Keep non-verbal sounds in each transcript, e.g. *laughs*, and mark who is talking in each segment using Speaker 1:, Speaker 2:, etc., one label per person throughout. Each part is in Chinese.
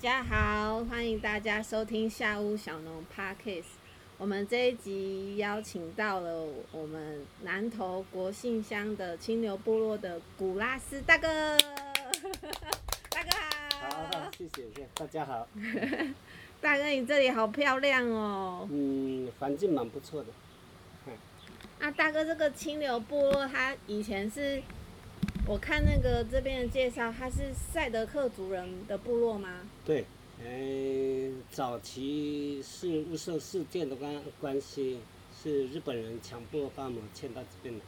Speaker 1: 家好，欢迎大家收听下屋小农 Podcast。我们这一集邀请到了我们南投国姓乡的清流部落的古拉斯大哥， *laughs* 大哥好
Speaker 2: 好，，谢谢，谢谢大家好。
Speaker 1: 大哥你这里好漂亮哦。
Speaker 2: 嗯，环境蛮不错的。
Speaker 1: 啊，大哥，这个清流部落，它以前是，我看那个这边的介绍，它是赛德克族人的部落吗？
Speaker 2: 对，呃，早期是雾社事件的关关系，是日本人强迫把我们迁到这边来。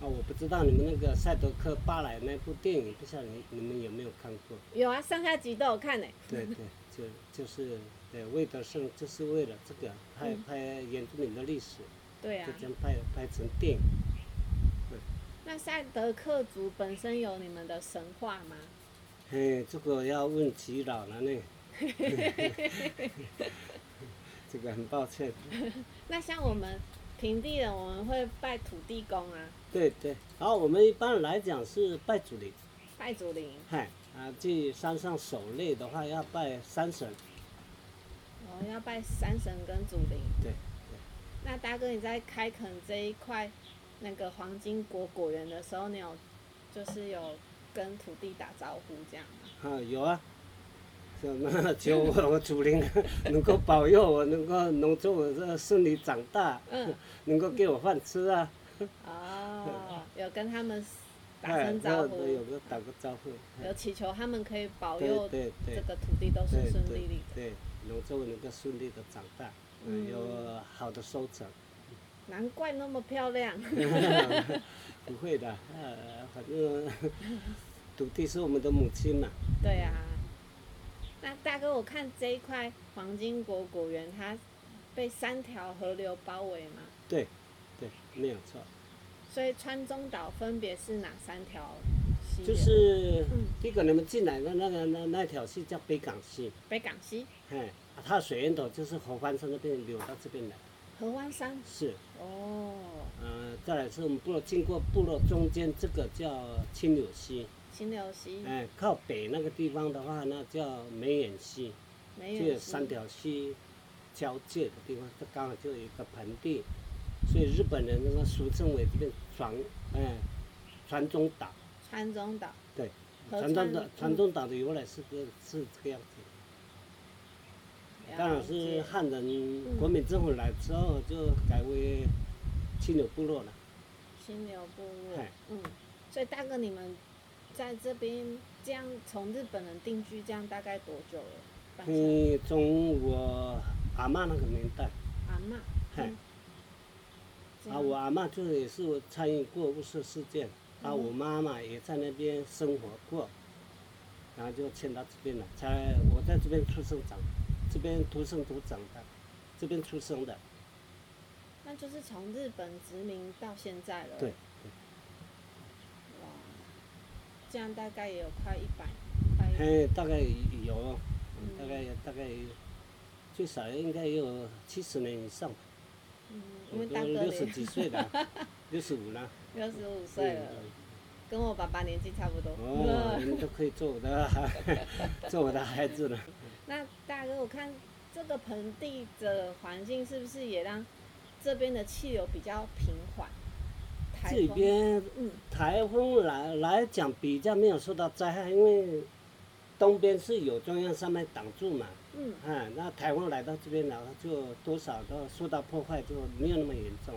Speaker 2: 啊，我不知道你们那个赛德克巴莱那部电影，不晓得你你们有没有看过？
Speaker 1: 有啊，上下集都有看呢、
Speaker 2: 对对，就就是，呃，魏德胜就是为了这个拍
Speaker 1: 嗯
Speaker 2: 拍原住民的历史，
Speaker 1: 对啊
Speaker 2: 就，这样拍拍成电影。
Speaker 1: 那赛德克族本身有你们的神话吗？
Speaker 2: 嘿，这个要问齐老
Speaker 1: *laughs*
Speaker 2: 了呢。这个很抱歉。
Speaker 1: 那像我们平地人，我们会拜土地公啊，
Speaker 2: 对对，好，我们一般来讲是拜祖灵，
Speaker 1: 拜祖灵。
Speaker 2: 嗨啊，去山上狩猎的话要拜山神。
Speaker 1: 哦，要拜山神跟祖灵。
Speaker 2: 对。
Speaker 1: 那大哥，你在开垦这一块那个黄金国果园的时候，你有就是有跟土地打招呼这样吗？
Speaker 2: 啊，有啊， *laughs* 什么求我祖灵能够保佑我，能够农作物这顺利长大，
Speaker 1: 嗯，
Speaker 2: 能够给我饭吃啊。
Speaker 1: 哦，有跟他们打
Speaker 2: 哎
Speaker 1: 声招
Speaker 2: 然后有
Speaker 1: 呼，
Speaker 2: 个打个招呼。
Speaker 1: 有祈求他们可以保
Speaker 2: 对
Speaker 1: 佑
Speaker 2: 对对
Speaker 1: 这。个土地都顺
Speaker 2: 对
Speaker 1: 顺
Speaker 2: 对
Speaker 1: 利利的。
Speaker 2: 对，农作物能够顺利的长大，嗯，有好的收
Speaker 1: *laughs*
Speaker 2: 成。
Speaker 1: 难怪那么漂亮。
Speaker 2: 不会的，呃，反正
Speaker 1: *laughs*
Speaker 2: 土地是我们的母亲嘛。
Speaker 1: 对啊，那大哥，我看这一块黄金国果园，它被三条河流包围嘛，
Speaker 2: 对，对，没有错。
Speaker 1: 所以川中岛分别是哪三条溪流？
Speaker 2: 就是
Speaker 1: 嗯
Speaker 2: 第一个你们进来的那个那那条溪叫北港溪，
Speaker 1: 北港溪、
Speaker 2: 哎，它的水源头就是河湾山那边流到这边来。
Speaker 1: 合湾山。
Speaker 2: 是，
Speaker 1: 哦，
Speaker 2: 呃，再来是我们部落经过部落中间这个叫青柳溪，
Speaker 1: 清流溪、
Speaker 2: 哎，靠北那个地方的话，那叫梅眼溪。
Speaker 1: 梅
Speaker 2: 这
Speaker 1: 园溪。
Speaker 2: 三条溪交界的地方，这刚好就有一个盆地，所以日本人那个俗称为这个船，哎，船中岛。
Speaker 1: 川中岛。
Speaker 2: 对，
Speaker 1: 河
Speaker 2: 船中岛
Speaker 1: 嗯，
Speaker 2: 船中岛的由来是这是这个样子，当然是
Speaker 1: 了解
Speaker 2: 汉人
Speaker 1: 嗯
Speaker 2: 国民政府来之后就改为青柳部落了。
Speaker 1: 清流部落
Speaker 2: 嗨。
Speaker 1: 嗯，所以大哥，你们在这边这样从日本人定居，这样大概多久了？搬下来
Speaker 2: 嗯，从我阿嬷那个年代，
Speaker 1: 阿妈。
Speaker 2: 嗨
Speaker 1: 嗯，这
Speaker 2: 啊，
Speaker 1: 样
Speaker 2: 我阿嬷就也是我参与过雾社事件，
Speaker 1: 嗯
Speaker 2: 啊，我妈妈也在那边生活过，然后就迁到这边来，才我在这边出生长，这边土生土长的，这边出生的，
Speaker 1: 那就是从日本殖民到现在了。
Speaker 2: 对
Speaker 1: 哇，这样大概也有快一百，快一
Speaker 2: 嘿，大概有，
Speaker 1: 嗯
Speaker 2: 大概大概最少应该也有七十年以上吧，
Speaker 1: 嗯，因
Speaker 2: 我
Speaker 1: 为
Speaker 2: 都
Speaker 1: 大哥
Speaker 2: 六十
Speaker 1: 也
Speaker 2: 几岁了，六十五了，
Speaker 1: *laughs* 六十五岁了，
Speaker 2: 嗯
Speaker 1: 跟我爸爸年纪差不多。
Speaker 2: 哦，你们都可以做我的 *laughs* 做我的孩子了。
Speaker 1: *laughs* 那大哥，我看这个盆地的环境是不是也让这边的气流比较平缓？台
Speaker 2: 这
Speaker 1: 风
Speaker 2: 边
Speaker 1: 嗯
Speaker 2: 台风来来讲比较没有受到灾害，因为东边是有中央山脉挡住嘛，
Speaker 1: 嗯，
Speaker 2: 啊，那台风来到这边然后就多少都受到破坏，就没有那么严重。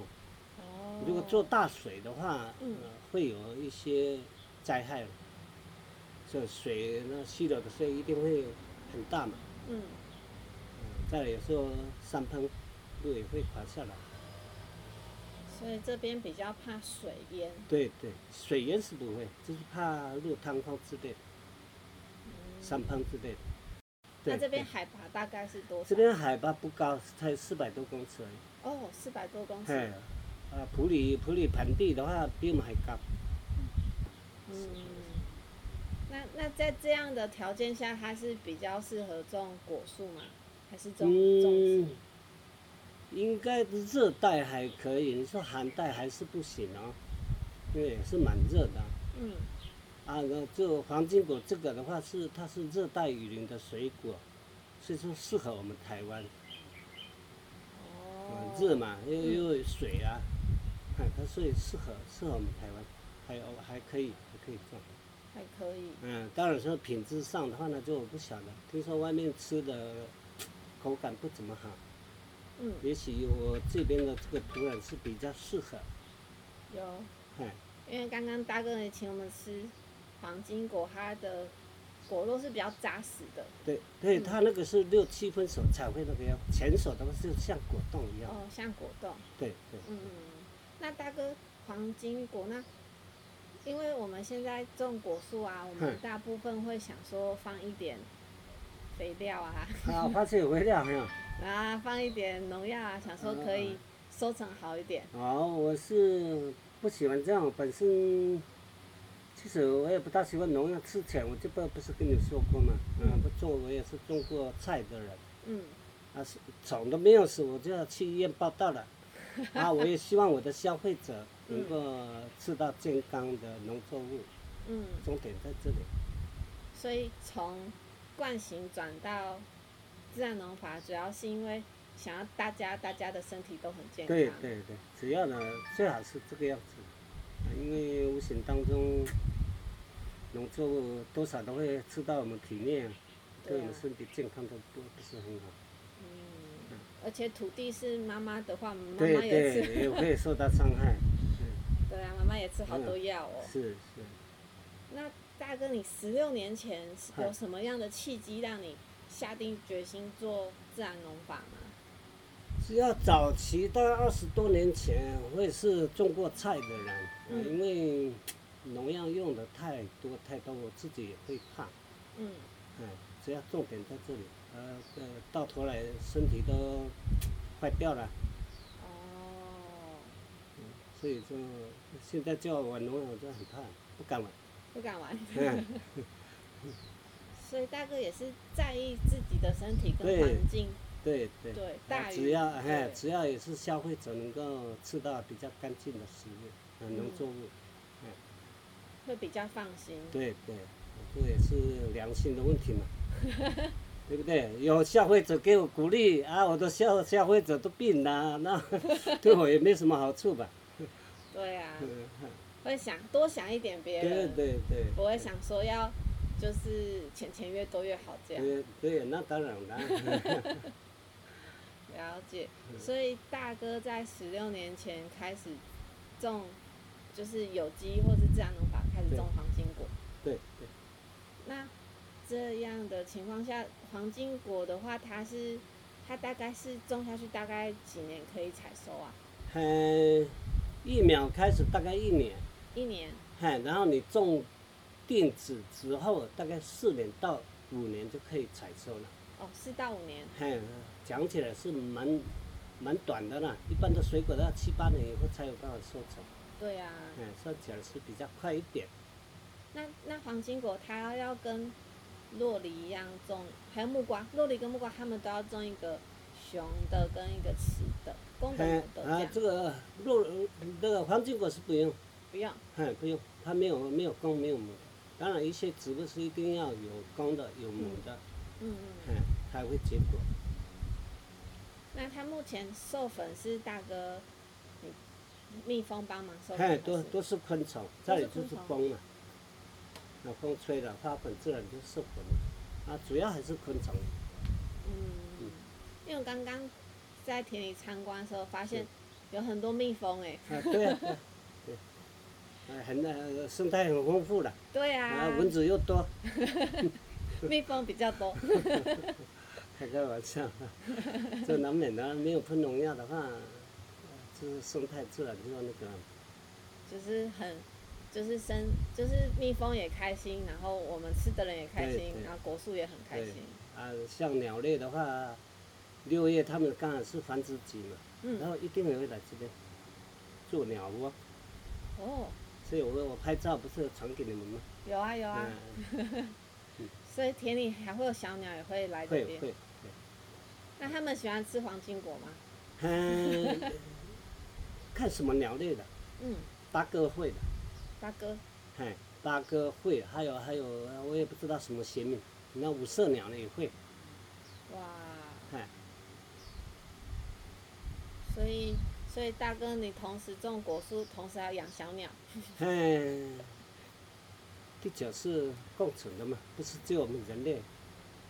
Speaker 1: 哦，
Speaker 2: 如果做大水的话，
Speaker 1: 嗯
Speaker 2: 呃会有一些灾害，就水那溪流的水一定会很大嘛，
Speaker 1: 嗯，
Speaker 2: 嗯再来有时候山崩路也会垮下来。
Speaker 1: 所以这边比较怕水淹。
Speaker 2: 对对，水淹是不会，就是怕路塌方之类的，山崩之类的。
Speaker 1: 嗯
Speaker 2: 对
Speaker 1: 那这边
Speaker 2: 对
Speaker 1: 海拔大概是多少？
Speaker 2: 这边海拔不高，才四百多公尺而已。
Speaker 1: 哦，四百多公
Speaker 2: 嘿
Speaker 1: 尺。，
Speaker 2: 啊，普里普里盆地的话比我们还高。
Speaker 1: 嗯，那那在这样的条件下，它是比较适合种果树吗？还是种种植？
Speaker 2: 嗯，应该热带还可以，你说寒带还是不行哦，因为也是蛮热的。啊
Speaker 1: 嗯，
Speaker 2: 啊，那就黄金果这个的话是它是热带雨林的水果，所以说适合我们台湾。
Speaker 1: 哦
Speaker 2: 嗯，热嘛，又又有水啊，看它所以适合适合我们台湾，还有还可以还可以做。
Speaker 1: 还可以，
Speaker 2: 嗯，当然说品质上的话呢，就我不晓得。听说外面吃的口感不怎么好，
Speaker 1: 嗯，
Speaker 2: 也许我这边的这个土壤是比较适合。
Speaker 1: 有，
Speaker 2: 哎，
Speaker 1: 因为刚刚大哥也请我们吃黄金果，它的果肉是比较扎实的，
Speaker 2: 对对，
Speaker 1: 嗯
Speaker 2: 它那个是六七分熟才会那个样，全熟的话就像果冻一样。
Speaker 1: 哦，像果冻。
Speaker 2: 对对，
Speaker 1: 嗯，那大哥，黄金果那，因为我们现在种果树啊，我们
Speaker 2: 嗯
Speaker 1: 大部分会想说放一点肥料啊，
Speaker 2: 啊，发现有味料没有？
Speaker 1: 然后放一点农药啊，想说可
Speaker 2: 嗯
Speaker 1: 以收成好一点。
Speaker 2: 哦，我是不喜欢这样，本身其实我也不大喜欢农药。之前我这不不是跟你说过吗？嗯，不做我也是种过菜的人，
Speaker 1: 嗯，
Speaker 2: 啊，是种都没有死，我就要去医院报道了。啊，我也希望我的消费者能够吃到健康的农作物，
Speaker 1: 嗯，
Speaker 2: 重点在这里。
Speaker 1: 所以从惯行转到自然农法，主要是因为想要大家大家的身体都很健康。
Speaker 2: 对对对，只要呢，最好是这个样子，啊因为无形当中，农作物多少都会吃到我们体内啊，对我们
Speaker 1: 对啊
Speaker 2: 身体健康都不不是很好。
Speaker 1: 嗯，而且土地是妈妈的话，妈妈
Speaker 2: 对
Speaker 1: 也吃，
Speaker 2: 对，也会受到伤害。
Speaker 1: 对啊，妈妈也吃好
Speaker 2: 嗯
Speaker 1: 多药哦。
Speaker 2: 是是，
Speaker 1: 那大哥，你十六年前是
Speaker 2: 嗨
Speaker 1: 有什么样的契机让你下定决心做自然农法吗？
Speaker 2: 只要早期大概二十多年前，我也是种过菜的人，啊
Speaker 1: 嗯
Speaker 2: 因为农药用的太多太多，我自己也会怕。
Speaker 1: 嗯，
Speaker 2: 哎，只要重点在这里，呃呃，到头来身体都坏掉了，嗯
Speaker 1: 哦，
Speaker 2: 所以就现在叫我玩农药我就很怕，不
Speaker 1: *laughs*
Speaker 2: 敢玩。
Speaker 1: 不敢玩，
Speaker 2: 嗯，
Speaker 1: 所以大哥也是在意自己的身体跟
Speaker 2: 对
Speaker 1: 环境，
Speaker 2: 对对。
Speaker 1: 对，
Speaker 2: 啊
Speaker 1: 大于
Speaker 2: 只要哎
Speaker 1: 对，
Speaker 2: 只要也是消费者能够吃到比较干净的食物，啊，农作物，
Speaker 1: 嗯会比较放心。
Speaker 2: 对对，这也是良心的问题嘛，
Speaker 1: *laughs*
Speaker 2: 对不对？有消费者给我鼓励啊，我的消消费者都病了，那 *laughs* 对我也没什么好处吧？
Speaker 1: 对啊，
Speaker 2: 嗯
Speaker 1: 会想多想一点别
Speaker 2: 对
Speaker 1: 人，
Speaker 2: 对对。
Speaker 1: 不会想说要就是钱钱越多越好这样。
Speaker 2: 对对，那当然 *laughs* 啦。
Speaker 1: 了解，
Speaker 2: 嗯
Speaker 1: 所以大哥在十六年前开始种，就是有机或是自然农法开始
Speaker 2: 对
Speaker 1: 种黄金果。
Speaker 2: 对
Speaker 1: 那这样的情况下，黄金果的话，它是它大概是种下去大概几年可以采收啊？
Speaker 2: 对，嗯，疫苗开始大概一年，
Speaker 1: 一年
Speaker 2: 嗨，然后你种定子之后，大概四年到五年就可以采收了。
Speaker 1: 哦，四到五年。
Speaker 2: 嗨，讲起来是蛮蛮短的啦，一般的水果都要七八年以后才有办法收成，
Speaker 1: 对啊，
Speaker 2: 哎，算起来是比较快一点。
Speaker 1: 那那黄金果它要跟洛梨一样种，还有木瓜，洛梨跟木瓜它们都要种一个雄的跟一个雌的，公的
Speaker 2: 嗨
Speaker 1: 母，的这
Speaker 2: 啊
Speaker 1: 样，，
Speaker 2: 这个肉那个黄金果是不用，
Speaker 1: 不用。
Speaker 2: 嗨，不用，它没有没有公没有母的。当然，一些植物是一定要有公的有母的。
Speaker 1: 嗯嗯。
Speaker 2: 嗯，才会结果。
Speaker 1: 那他目前授粉是大哥，你蜜蜂帮忙授粉还
Speaker 2: 哎，
Speaker 1: 是，
Speaker 2: 都都是昆虫，这里就是风嘛，那风吹了，花粉自然就授粉了。啊，主要还是昆虫。
Speaker 1: 嗯，因为我刚刚在田里参观的时候，发现
Speaker 2: 是
Speaker 1: 有很多蜜蜂哎、
Speaker 2: *laughs* 啊，对啊，对啊对啊，哎，很呃生态很丰富的，
Speaker 1: 对啊
Speaker 2: 啊，，蚊子又多，
Speaker 1: 蜜蜂比较多， *laughs*
Speaker 2: 开个玩笑， *laughs* 这难免的，没有喷农药的话，呃就是生态自然就那个了。
Speaker 1: 就是很，就是生，就是蜜蜂也开心，然后我们吃的人也开
Speaker 2: 对
Speaker 1: 心，
Speaker 2: 对
Speaker 1: 然后果树也很开心，
Speaker 2: 啊，像鸟类的话，六月它们刚好是繁殖期嘛，然
Speaker 1: 嗯，
Speaker 2: 后一定也会来这边做鸟窝。
Speaker 1: 哦，
Speaker 2: 所以我我拍照不是传给你们吗？
Speaker 1: 有啊有啊，
Speaker 2: 嗯，
Speaker 1: 所以田里还会有小鸟也会来这
Speaker 2: 会
Speaker 1: 边，
Speaker 2: 会。
Speaker 1: 那他们喜欢吃黄金果吗？
Speaker 2: 嗯，看什么鸟类的，
Speaker 1: 嗯，
Speaker 2: 八哥会的，
Speaker 1: 大哥，
Speaker 2: 哎，八哥会，还有还有，我也不知道什么学名，那五色鸟类也会，
Speaker 1: 哇，
Speaker 2: 哎，
Speaker 1: 所以所以大哥，你同时种果树，同时还要养小鸟，
Speaker 2: 哎，地球是共存的嘛，不是只有我们人类，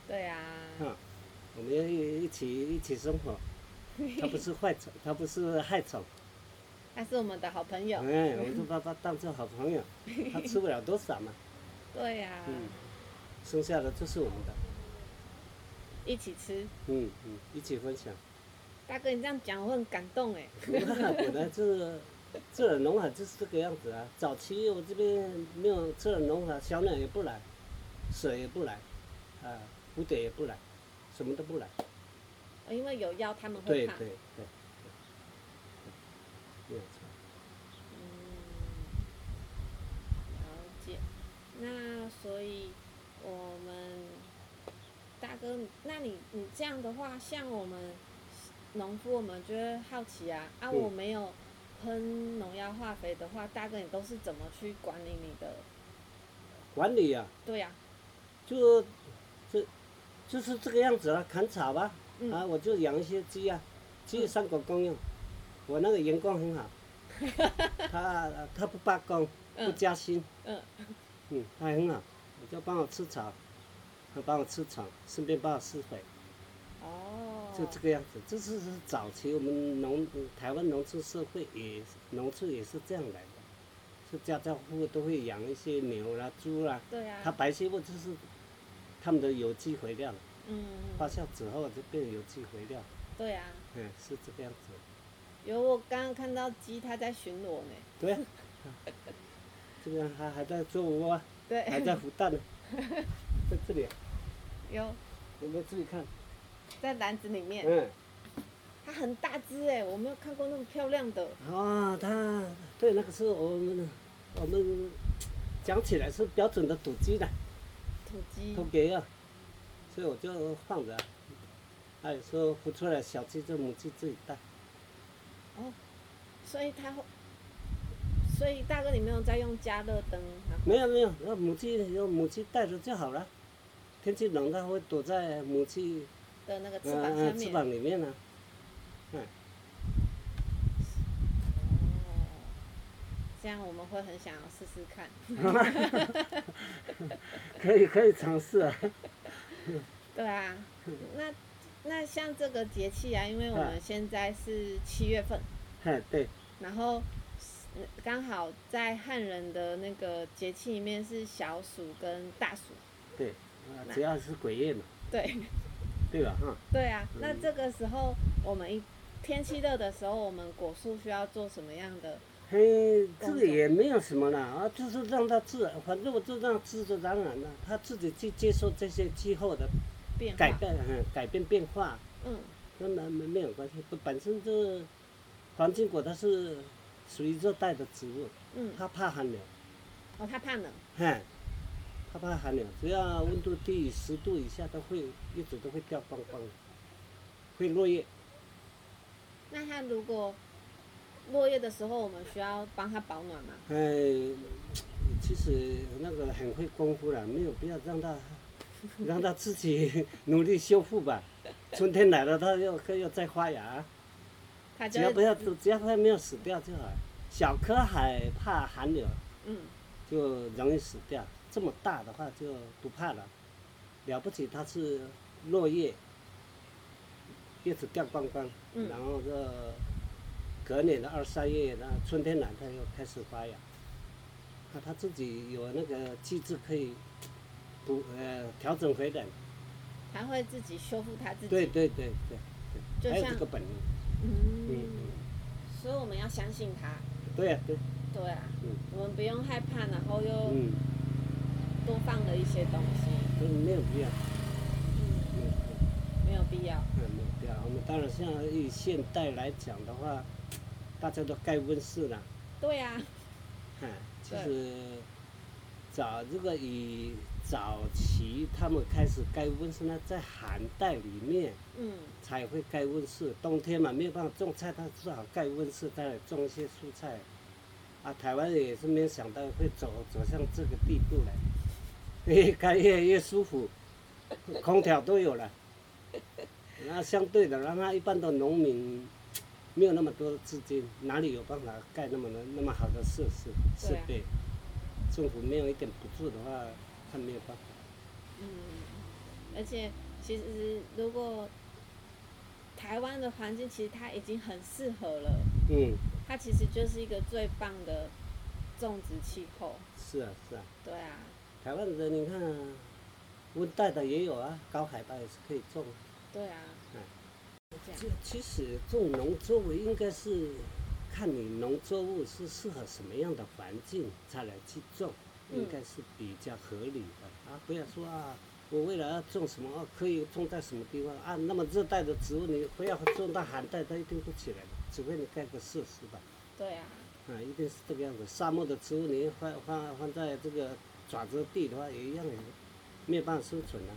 Speaker 1: 对啊，
Speaker 2: 哈，我们要一一起一起生活，它不是坏虫，它不是害虫，
Speaker 1: 他是我们的好朋友，
Speaker 2: 哎，我们就把它当做好朋友，它吃不了多少嘛，
Speaker 1: 对啊呀、
Speaker 2: 嗯，剩下的就是我们的，
Speaker 1: 一起吃。
Speaker 2: 嗯嗯，一起分享。 *laughs*
Speaker 1: 大哥，你这样讲我很感动哎，
Speaker 2: 本来就是自然农法就是这个样子啊。早期我这边没有自然农法，小鸟也不来，水也不来，啊，蝴蝶也不来，什么都不来。
Speaker 1: 哦因为有药他们会
Speaker 2: 对对
Speaker 1: 怕。
Speaker 2: 对，对没有错。
Speaker 1: 嗯，了解。那所以我们大哥，那你你这样的话，像我们农夫，我们就会好奇啊啊，
Speaker 2: 嗯
Speaker 1: 我没有喷农药化肥的话，大哥你都是怎么去管理你的？
Speaker 2: 管理啊，
Speaker 1: 对呀、
Speaker 2: 就这就是这个样子了，砍草吧，
Speaker 1: 嗯
Speaker 2: 啊，我就养一些鸡啊，鸡三狗公用。我那个员工
Speaker 1: *laughs*
Speaker 2: 很好，他他不罢工，不
Speaker 1: 嗯
Speaker 2: 加薪，
Speaker 1: 嗯
Speaker 2: *laughs* 嗯，他很好，就帮我吃草，他帮我吃草，顺便帮我施肥，
Speaker 1: 哦，
Speaker 2: 就这个样子。这是是早期我们农台湾农村社会也农村也是这样来的，就家家户户都会养一些牛啦、猪啦，
Speaker 1: 对呀、
Speaker 2: 它白细胞就是他们的有机肥料，
Speaker 1: 嗯，
Speaker 2: 发酵之后就变有机肥料，
Speaker 1: 对呀、
Speaker 2: 嗯，是这个样子。
Speaker 1: 有我刚刚看到鸡，它在巡逻呢。
Speaker 2: 对、啊， *laughs* 这个还还在做窝啊，
Speaker 1: 对，
Speaker 2: 还在孵蛋呢，在这里啊，
Speaker 1: 有
Speaker 2: 有没有注意看？
Speaker 1: 在篮子里面，
Speaker 2: 嗯。
Speaker 1: 它很大只哎，我没有看过那么漂亮的。
Speaker 2: 啊，他对那个是我们我们讲起来是标准的土鸡的
Speaker 1: 土鸡
Speaker 2: 土，给啊，所以我就放着啊。还有说孵出来小鸡就母鸡自己带，
Speaker 1: 所以它会，所以大哥你没有在用加热灯啊？
Speaker 2: 没有没有，那母鸡有母鸡带着就好了。天气冷，它会躲在母鸡
Speaker 1: 的那个翅膀
Speaker 2: 呃
Speaker 1: 上
Speaker 2: 翅
Speaker 1: 面。
Speaker 2: 膀里
Speaker 1: *laughs*
Speaker 2: 面呢、
Speaker 1: 哦，这样我们会很想要试试看。
Speaker 2: 可以可以尝试啊。
Speaker 1: 对
Speaker 2: *laughs*
Speaker 1: 啊，那那像这个节气啊，因为我们现在是七月份，
Speaker 2: 哎，对，
Speaker 1: 然后嗯刚好在汉人的那个节气里面是小暑跟大暑，
Speaker 2: 啊只要是鬼夜嘛，
Speaker 1: 对。 *laughs*
Speaker 2: 对吧？哈、
Speaker 1: 对啊，那
Speaker 2: 嗯
Speaker 1: 这个时候我们一天气热的时候，我们果树需要做什么样的？
Speaker 2: 嘿，这个也没有什么啦，
Speaker 1: 嗯
Speaker 2: 啊，就是让它自然，反正我就让它自然而然了，它自己去接受这些气候的
Speaker 1: 变
Speaker 2: 改
Speaker 1: 化，
Speaker 2: 变，嗯，改变变化，
Speaker 1: 嗯，
Speaker 2: 跟那没没有关系。本身这黄金果它是属于热带的植物，
Speaker 1: 嗯，
Speaker 2: 它怕寒冷，
Speaker 1: 哦，它怕冷，
Speaker 2: 嘿，它怕寒冷，只要温度低于十度以下，它会叶子都会掉光光的，会落叶。
Speaker 1: 那它如果落叶的时候，我们需要帮它保暖嘛？
Speaker 2: 哎，其实那个很会功夫了，没有必要让他让他自己 *laughs* 努力修复吧。春天来了，它又又再发芽，
Speaker 1: 它
Speaker 2: 只
Speaker 1: 就
Speaker 2: 要不
Speaker 1: 会，
Speaker 2: 要只要它没有死掉就好。小棵还怕寒流，
Speaker 1: 嗯，
Speaker 2: 就容易死掉。这么大的话就不怕了，了不起它是落叶，叶子掉光光，
Speaker 1: 嗯
Speaker 2: 然后这隔年的二三月，那春天来它又开始发芽。那它自己有那个机制可以补呃调整回来，
Speaker 1: 它会自己修复它自己。
Speaker 2: 对，对对对
Speaker 1: 就
Speaker 2: 对，还有
Speaker 1: 像
Speaker 2: 这个本领，
Speaker 1: 嗯
Speaker 2: 嗯，
Speaker 1: 所以我们要相信它，
Speaker 2: 对呀、对，
Speaker 1: 对啊，
Speaker 2: 嗯
Speaker 1: 我们不用害怕，然后又
Speaker 2: 嗯，
Speaker 1: 多放了一些东西，
Speaker 2: 都没有必要，
Speaker 1: 嗯，
Speaker 2: 没有必
Speaker 1: 没有
Speaker 2: 要。
Speaker 1: 必要，
Speaker 2: 嗯，没有必要。我们当然像以现代来讲的话，大家都盖温室了，
Speaker 1: 对啊，
Speaker 2: 嗯，就是早这个以早期他们开始盖温室呢，在寒带里面
Speaker 1: 嗯，
Speaker 2: 才会盖温室，冬天嘛没有办法种菜，他只好盖温室，再来种一些蔬菜。啊，台湾也是没有想到会走走向这个地步 *laughs* 来，越盖越越舒服，空调都有了，那相对的，让他一般的农民没有那么多的资金，哪里有办法盖那么的那么好的设施设
Speaker 1: 对啊
Speaker 2: 备？政府没有一点补助的话，他没有办法。
Speaker 1: 嗯，而且其实如果台湾的环境，其实它已经很适合了，
Speaker 2: 嗯，
Speaker 1: 它其实就是一个最棒的种植气候。
Speaker 2: 是啊是啊，
Speaker 1: 对啊，
Speaker 2: 台湾人你看、啊，温带的也有啊，高海拔也是可以种啊。
Speaker 1: 对啊，
Speaker 2: 嗯
Speaker 1: 就这样
Speaker 2: 其其实种农作物应该是看你农作物是适合什么样的环境才来去种，
Speaker 1: 嗯
Speaker 2: 应该是比较合理的啊，不要说啊。我为了要种什么，哦可以种在什么地方啊？那么热带的植物，你非要种到寒带，它一定不起来的，除非你盖个设施吧。
Speaker 1: 对啊，
Speaker 2: 啊，一定是这个样子。沙漠的植物，你放放放在这个爪子地的话，也一样也没有办法生存啊。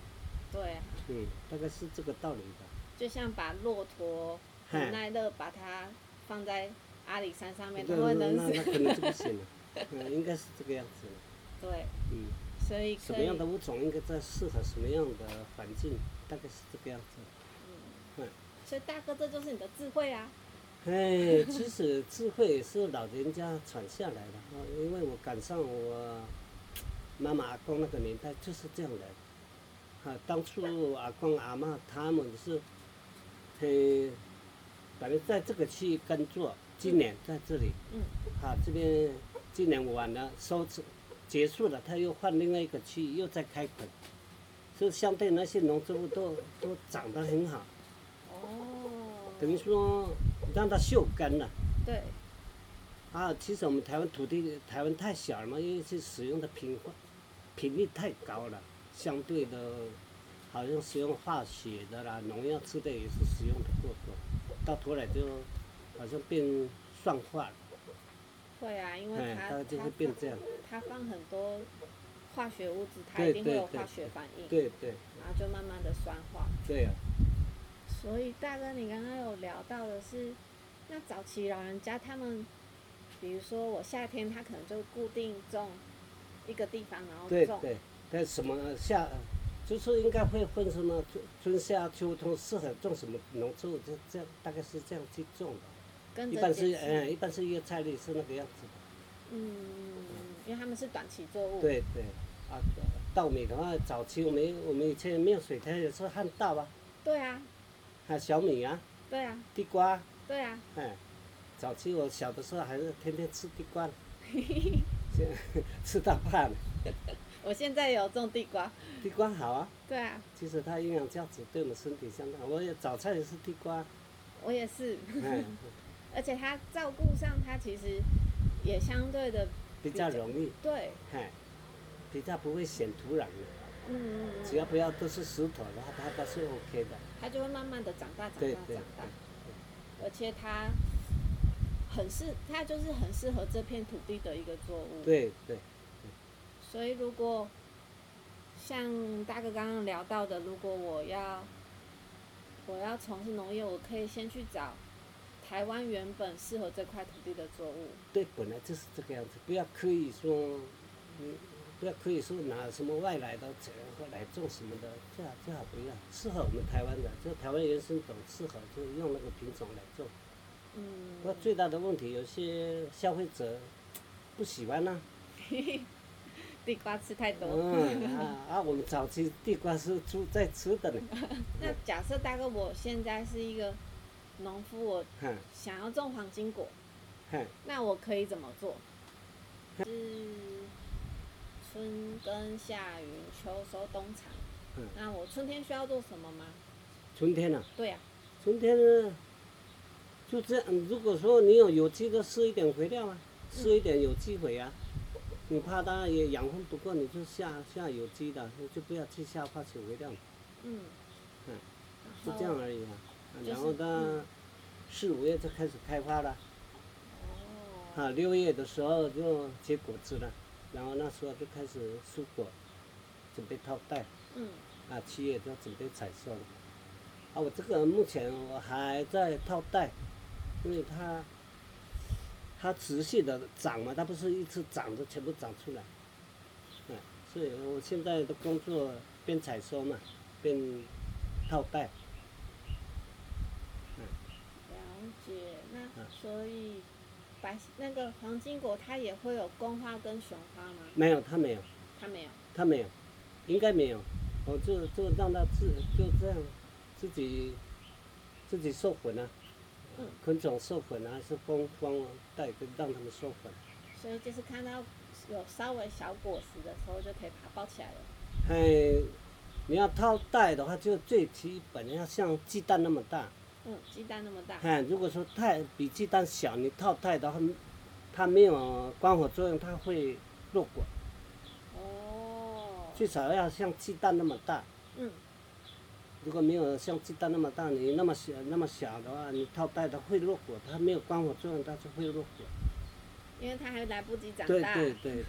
Speaker 1: 对啊，
Speaker 2: 嗯，大概是这个道理吧。哎
Speaker 1: 就像把骆驼
Speaker 2: 嗨
Speaker 1: 很耐热，把它放在阿里山上面，它
Speaker 2: 嗯那
Speaker 1: 会
Speaker 2: 那
Speaker 1: 冷
Speaker 2: 那
Speaker 1: 死。
Speaker 2: 可能就不行 *laughs* 了，嗯，应该是这个样子的。
Speaker 1: 对，
Speaker 2: 嗯，
Speaker 1: 所以
Speaker 2: 什
Speaker 1: 可
Speaker 2: 么
Speaker 1: 以
Speaker 2: 样的物种应该在适合什么样的环境，大概是这个样子。
Speaker 1: 所以大哥，这就是你的智慧啊！
Speaker 2: 哎，其实智慧也是老人家传下来的啊，因为我赶上我妈妈阿公那个年代就是这样的。啊，当初阿公阿妈他们是，嘿，反正在这个区域耕作，今年在这里，
Speaker 1: 嗯，
Speaker 2: 啊，这边今年完了收成结束了，他又换另外一个区域又在开垦，所以相对那些农作物都都长得很好，
Speaker 1: 哦，
Speaker 2: 等于说让它秀根了。
Speaker 1: 对，
Speaker 2: 啊，其实我们台湾土地，台湾太小了嘛，因为是使用的频繁频率太高了，相对的，好像使用化学的啦、农药之类也是使用的过多，到头来就好像变算化了，
Speaker 1: 会啊，因为
Speaker 2: 哎，
Speaker 1: 它
Speaker 2: 大概
Speaker 1: 它
Speaker 2: 就会变这样。
Speaker 1: 它放很多化学物质，它
Speaker 2: 对
Speaker 1: 一定会有
Speaker 2: 对
Speaker 1: 化学反应，
Speaker 2: 对对
Speaker 1: 然后就慢慢的酸化。
Speaker 2: 对啊，
Speaker 1: 所以大哥，你刚刚有聊到的是，那早期老人家他们，比如说我夏天他可能就固定种一个地方，然后
Speaker 2: 对
Speaker 1: 种，
Speaker 2: 对，但什么夏，就是应该会分什么春春夏秋冬，适合种什么农作物，就这样，大概是这样去种的。
Speaker 1: 跟
Speaker 2: 一
Speaker 1: 着
Speaker 2: 般
Speaker 1: 节
Speaker 2: 是
Speaker 1: 气
Speaker 2: 嗯，一般是叶菜类是那个样子的。
Speaker 1: 嗯，因为他们是短期作物，
Speaker 2: 对对，啊，稻米的话，早期我们我们以前没有水田也是旱稻啊，
Speaker 1: 对啊，
Speaker 2: 还有小米啊，
Speaker 1: 对啊，
Speaker 2: 地瓜啊，
Speaker 1: 对啊，
Speaker 2: 哎，早期我小的时候还是天天吃地瓜呢，现在吃到怕了。
Speaker 1: 我现在有种地瓜，
Speaker 2: 地瓜好啊，
Speaker 1: 对啊，
Speaker 2: 其实它营养价值对我们身体相当好。我也早餐也是地瓜，
Speaker 1: 我也是，
Speaker 2: 哎，
Speaker 1: 而且他照顾上他其实也相对的
Speaker 2: 比较容易，
Speaker 1: 对，
Speaker 2: 哎，比较不会显土壤的。
Speaker 1: 嗯，
Speaker 2: 只要不要都是石头的话，它它是 OK 的。
Speaker 1: 他就会慢慢的长大，长大，
Speaker 2: 对
Speaker 1: 长
Speaker 2: 对
Speaker 1: 大，而且他很适，他就是很适合这片土地的一个作物。，
Speaker 2: 对对，
Speaker 1: 所以如果像大哥刚刚聊到的，如果我要我要从事农业，我可以先去找台湾原本适合这块土地的作物。
Speaker 2: 对，本来就是这个样子，不要刻意说，嗯，不要刻意说拿什么外来的这个来种什么的，最好最好不要，适合我们台湾的，就台湾原生种适合就用那个品种来种。
Speaker 1: 嗯
Speaker 2: 不，过最大的问题，有些消费者不喜欢呐、
Speaker 1: *laughs* 地瓜吃太多。
Speaker 2: 嗯啊啊，我们早期地瓜是猪在吃的呢，
Speaker 1: 那假设大哥我现在是一个农夫，我
Speaker 2: 哼
Speaker 1: 想要种黄金果，
Speaker 2: 哼，
Speaker 1: 那我可以怎么做？是春耕夏耘秋收冬藏。
Speaker 2: 嗯
Speaker 1: 那我春天需要做什么吗？
Speaker 2: 春天啊，
Speaker 1: 对呀、
Speaker 2: 春天呢，就这样。如果说你有有机的，施一点肥料啊，
Speaker 1: 嗯
Speaker 2: 施一点有机肥啊。你怕它也养分不够，你就下下有机的，你就不要去下化学肥料，
Speaker 1: 嗯，
Speaker 2: 嗯就
Speaker 1: 然后
Speaker 2: 这样而已啊。啊
Speaker 1: 就是嗯
Speaker 2: 然后它四五月就开始开花了，
Speaker 1: 哦，
Speaker 2: 啊，六月的时候就结果子了，然后那时候就开始蔬果，准备套袋。
Speaker 1: 嗯，
Speaker 2: 啊，七月就要准备采收了。啊，我这个目前我还在套袋，因为它它持续的长嘛，它不是一次长的全部长出来。嗯，所以我现在的工作边采收嘛，边套袋，嗯
Speaker 1: 所以白那个黄金果它也会有公花跟雄花吗？
Speaker 2: 没有，他没有，
Speaker 1: 它没有。
Speaker 2: 他没有，应该没有。我就就让他自就这样，自己自己授粉啊，
Speaker 1: 嗯
Speaker 2: 昆虫授粉啊，还是蜂蜂带跟让他们授粉。
Speaker 1: 所以就是看到有稍微小果实的时候，就可以把它包起来了。
Speaker 2: 哎，你要套袋的话，就最基本的要像鸡蛋那么大。
Speaker 1: 嗯，鸡蛋那么大，
Speaker 2: 哎，如果说太比鸡蛋小，你套袋的话，它没有光合作用，它会落果。
Speaker 1: 哦，
Speaker 2: 最少要像鸡蛋那么大。
Speaker 1: 嗯，
Speaker 2: 如果没有像鸡蛋那么大，你那么小那么小的话，你套袋它会落果，它没有光合作用，它就会落果。
Speaker 1: 因为它还来不及长
Speaker 2: 对
Speaker 1: 大，
Speaker 2: 对对对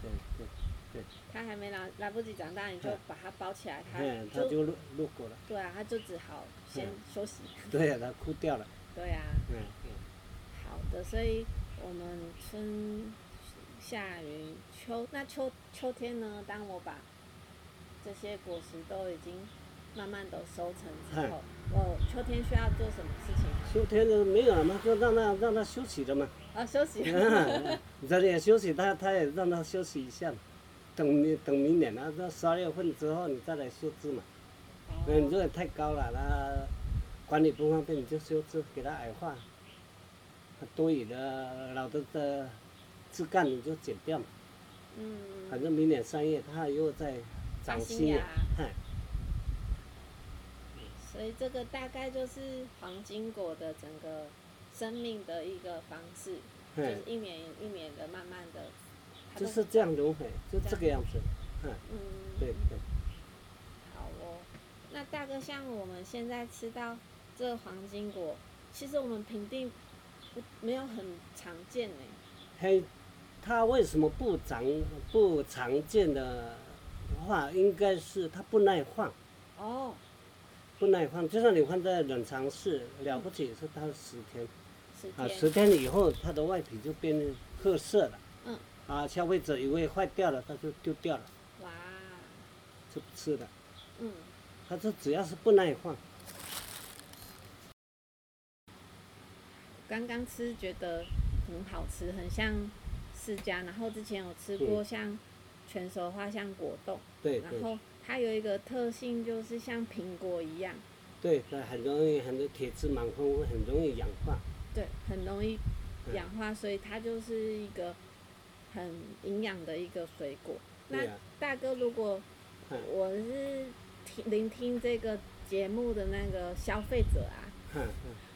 Speaker 2: 对，
Speaker 1: 它还没来来不及长大，你就
Speaker 2: 嗯
Speaker 1: 把它包起来，它
Speaker 2: 哎，它就落落果了。
Speaker 1: 对啊，它就只好先
Speaker 2: 嗯
Speaker 1: 休息。
Speaker 2: 对呀，它枯掉了。
Speaker 1: 对啊，
Speaker 2: 嗯，
Speaker 1: 好的，所以我们春夏云秋，那秋秋天呢？当我把这些果实都已经慢慢都收成之后，
Speaker 2: 哎
Speaker 1: 我秋天需要做什么事情？
Speaker 2: 秋天就没有了嘛，就让它让它休息了嘛。
Speaker 1: 啊，休
Speaker 2: *laughs*
Speaker 1: 息。
Speaker 2: 嗯，这里也休息，它它也让它休息一下嘛。等明等明年啊，到十二月份之后你再来修枝嘛。嗯，如
Speaker 1: 哦，
Speaker 2: 果太高了，它管理不方便，你就修枝给它矮化。多余的老的的枝干你就剪掉嘛，
Speaker 1: 嗯，
Speaker 2: 反正明年三月它又再长新
Speaker 1: 发新
Speaker 2: 芽
Speaker 1: 芽。
Speaker 2: 哎，
Speaker 1: 所以这个大概就是黄金果的整个生命的一个方式，就是
Speaker 2: 嗯，
Speaker 1: 一年一年的慢慢的，它
Speaker 2: 就
Speaker 1: 都
Speaker 2: 是这样融合，就这个样子。
Speaker 1: 嗯，
Speaker 2: 对对，
Speaker 1: 好哦。那大哥，像我们现在吃到这个黄金果，其实我们平地不没有很常见呢。
Speaker 2: 嘿，它为什么不常不常见的话，应该是它不耐放。
Speaker 1: 哦，
Speaker 2: 不耐放，就算你放在冷藏室，了不起也是它十天
Speaker 1: 时
Speaker 2: 啊，
Speaker 1: 间，
Speaker 2: 十天以后它的外皮就变褐色了。
Speaker 1: 嗯。
Speaker 2: 啊，消费者以为坏掉了，他就丢掉了，
Speaker 1: 哇，
Speaker 2: 就不吃了。
Speaker 1: 嗯，
Speaker 2: 他这只要是不耐放，
Speaker 1: 刚刚吃觉得很好吃，很像释迦，然后之前有吃过像全熟花像果冻。
Speaker 2: 对
Speaker 1: 然
Speaker 2: 对
Speaker 1: 后它有一个特性，就是像苹果一样，
Speaker 2: 对，它很容易很多铁质满分会很容易氧化。
Speaker 1: 对，很容易
Speaker 2: 嗯
Speaker 1: 氧化，所以它就是一个很营养的一个水果。
Speaker 2: 对
Speaker 1: 那
Speaker 2: 啊，
Speaker 1: 大哥，如果
Speaker 2: 嗯
Speaker 1: 我是听聆听这个节目的那个消费者啊，
Speaker 2: 嗯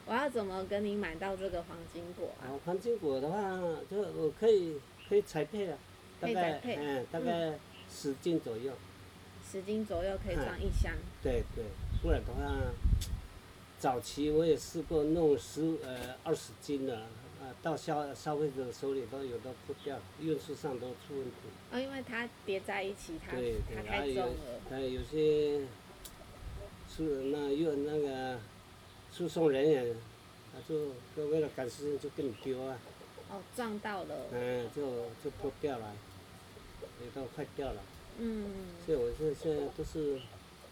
Speaker 1: 我要怎么跟你买到这个黄金果啊？
Speaker 2: 啊，黄金果的话，就我可以可以裁配啊，大
Speaker 1: 可以
Speaker 2: 概
Speaker 1: 裁配
Speaker 2: 嗯大概十斤左右。
Speaker 1: 十斤左右可以
Speaker 2: 嗯
Speaker 1: 装一箱，
Speaker 2: 对对，不然的话，早期我也试过弄十呃二十斤的，呃到消消费者手里都有的不掉了，运输上都出问题。
Speaker 1: 哦，因为它叠在一起，它
Speaker 2: 对对
Speaker 1: 它
Speaker 2: 还
Speaker 1: 太
Speaker 2: 有
Speaker 1: 重了，
Speaker 2: 呃，有些是那又那个输送人员，啊，就就为了赶时间就给你丢啊，
Speaker 1: 哦，撞到了，
Speaker 2: 嗯、就就破掉了，也都坏掉了。
Speaker 1: 嗯，
Speaker 2: 所以我是现在都是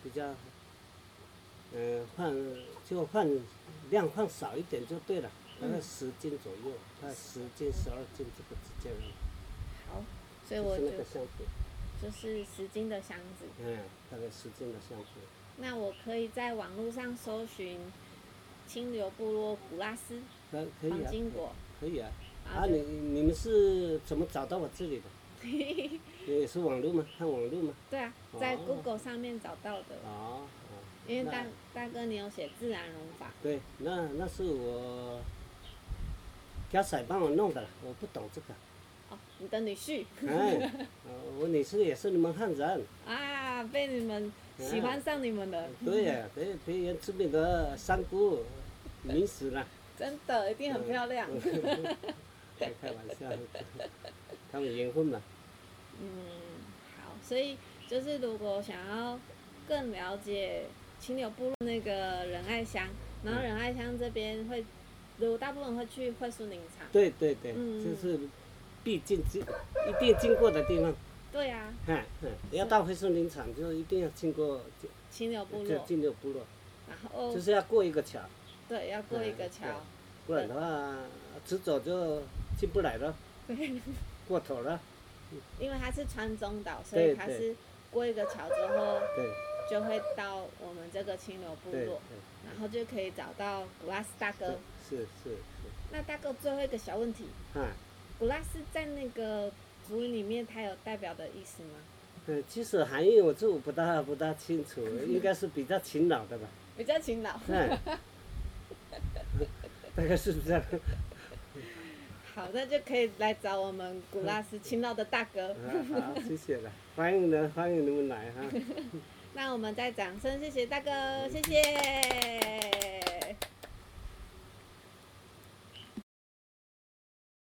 Speaker 2: 比较，嗯、换就换量换少一点就对了，大概
Speaker 1: 嗯
Speaker 2: 十斤左右，它十斤十二斤这个之间，
Speaker 1: 好，所以
Speaker 2: 就
Speaker 1: 哎我
Speaker 2: 是
Speaker 1: 就
Speaker 2: 那个箱子，
Speaker 1: 就是十斤的箱子。
Speaker 2: 嗯，大概十斤的箱子。
Speaker 1: 那我可以在网络上搜寻清流部落古拉斯
Speaker 2: 可可以
Speaker 1: 黄
Speaker 2: 啊，
Speaker 1: 金果，
Speaker 2: 可以啊。
Speaker 1: 然
Speaker 2: 啊，
Speaker 1: 后
Speaker 2: 你
Speaker 1: 就
Speaker 2: 你们是怎么找到我这里的？你也是网络吗？看网络吗？
Speaker 1: *laughs* 对啊，在
Speaker 2: 哦
Speaker 1: Google 上面找到的。
Speaker 2: 哦，哦
Speaker 1: 因为
Speaker 2: 那
Speaker 1: 大大哥你有写自然农法，
Speaker 2: 对，那那是我家仔帮我弄的了，我不懂这个。
Speaker 1: *laughs* 哦，你的女婿
Speaker 2: 哎，呃我女婿也是你们汉人，
Speaker 1: 啊，被你们
Speaker 2: 嗯
Speaker 1: 喜欢上你们了，*laughs*
Speaker 2: 对呀、别别人知名的三姑，迷死了，
Speaker 1: 真的一定很漂亮。
Speaker 2: 嗯
Speaker 1: *laughs*
Speaker 2: 开开玩笑，他们缘分嘛，
Speaker 1: 嗯，好，所以就是如果想要更了解清流部落那个仁爱乡，然后
Speaker 2: 嗯
Speaker 1: 仁爱乡这边会，如果大部分会去惠苏林场，
Speaker 2: 对对对，
Speaker 1: 嗯
Speaker 2: 就是必经经一定经过的地方，
Speaker 1: 对啊，
Speaker 2: 哈，嗯要到回收林场就一定要经过
Speaker 1: 清流部
Speaker 2: 就
Speaker 1: 落，哦
Speaker 2: 进入部落，
Speaker 1: 然后
Speaker 2: 就是要过一个桥，
Speaker 1: 对，要过一个
Speaker 2: 嗯
Speaker 1: 桥
Speaker 2: 对，不然的话迟早就进不来了，
Speaker 1: 对，
Speaker 2: 过头了。
Speaker 1: 因为它是川中岛，所以
Speaker 2: 对
Speaker 1: 它
Speaker 2: 对
Speaker 1: 是过一个桥之后
Speaker 2: 对
Speaker 1: 就会到我们这个清流部
Speaker 2: 对对
Speaker 1: 落，，然后就可以找到古拉斯大哥。
Speaker 2: 是是是，
Speaker 1: 那大哥最后一个小问题，
Speaker 2: 啊，
Speaker 1: 古拉斯在那个族语里面它有代表的意思吗？
Speaker 2: 呃，其实含义我就不大不大清楚，应该是比较勤劳的吧。
Speaker 1: 比较勤
Speaker 2: *laughs*
Speaker 1: 劳。
Speaker 2: 嗯，大概是这样。
Speaker 1: 好，那就可以来找我们古拉斯勤劳的大哥。
Speaker 2: 啊好，谢谢了，欢迎人，欢迎你们来哈。
Speaker 1: 那我们再掌声谢谢大哥，谢谢。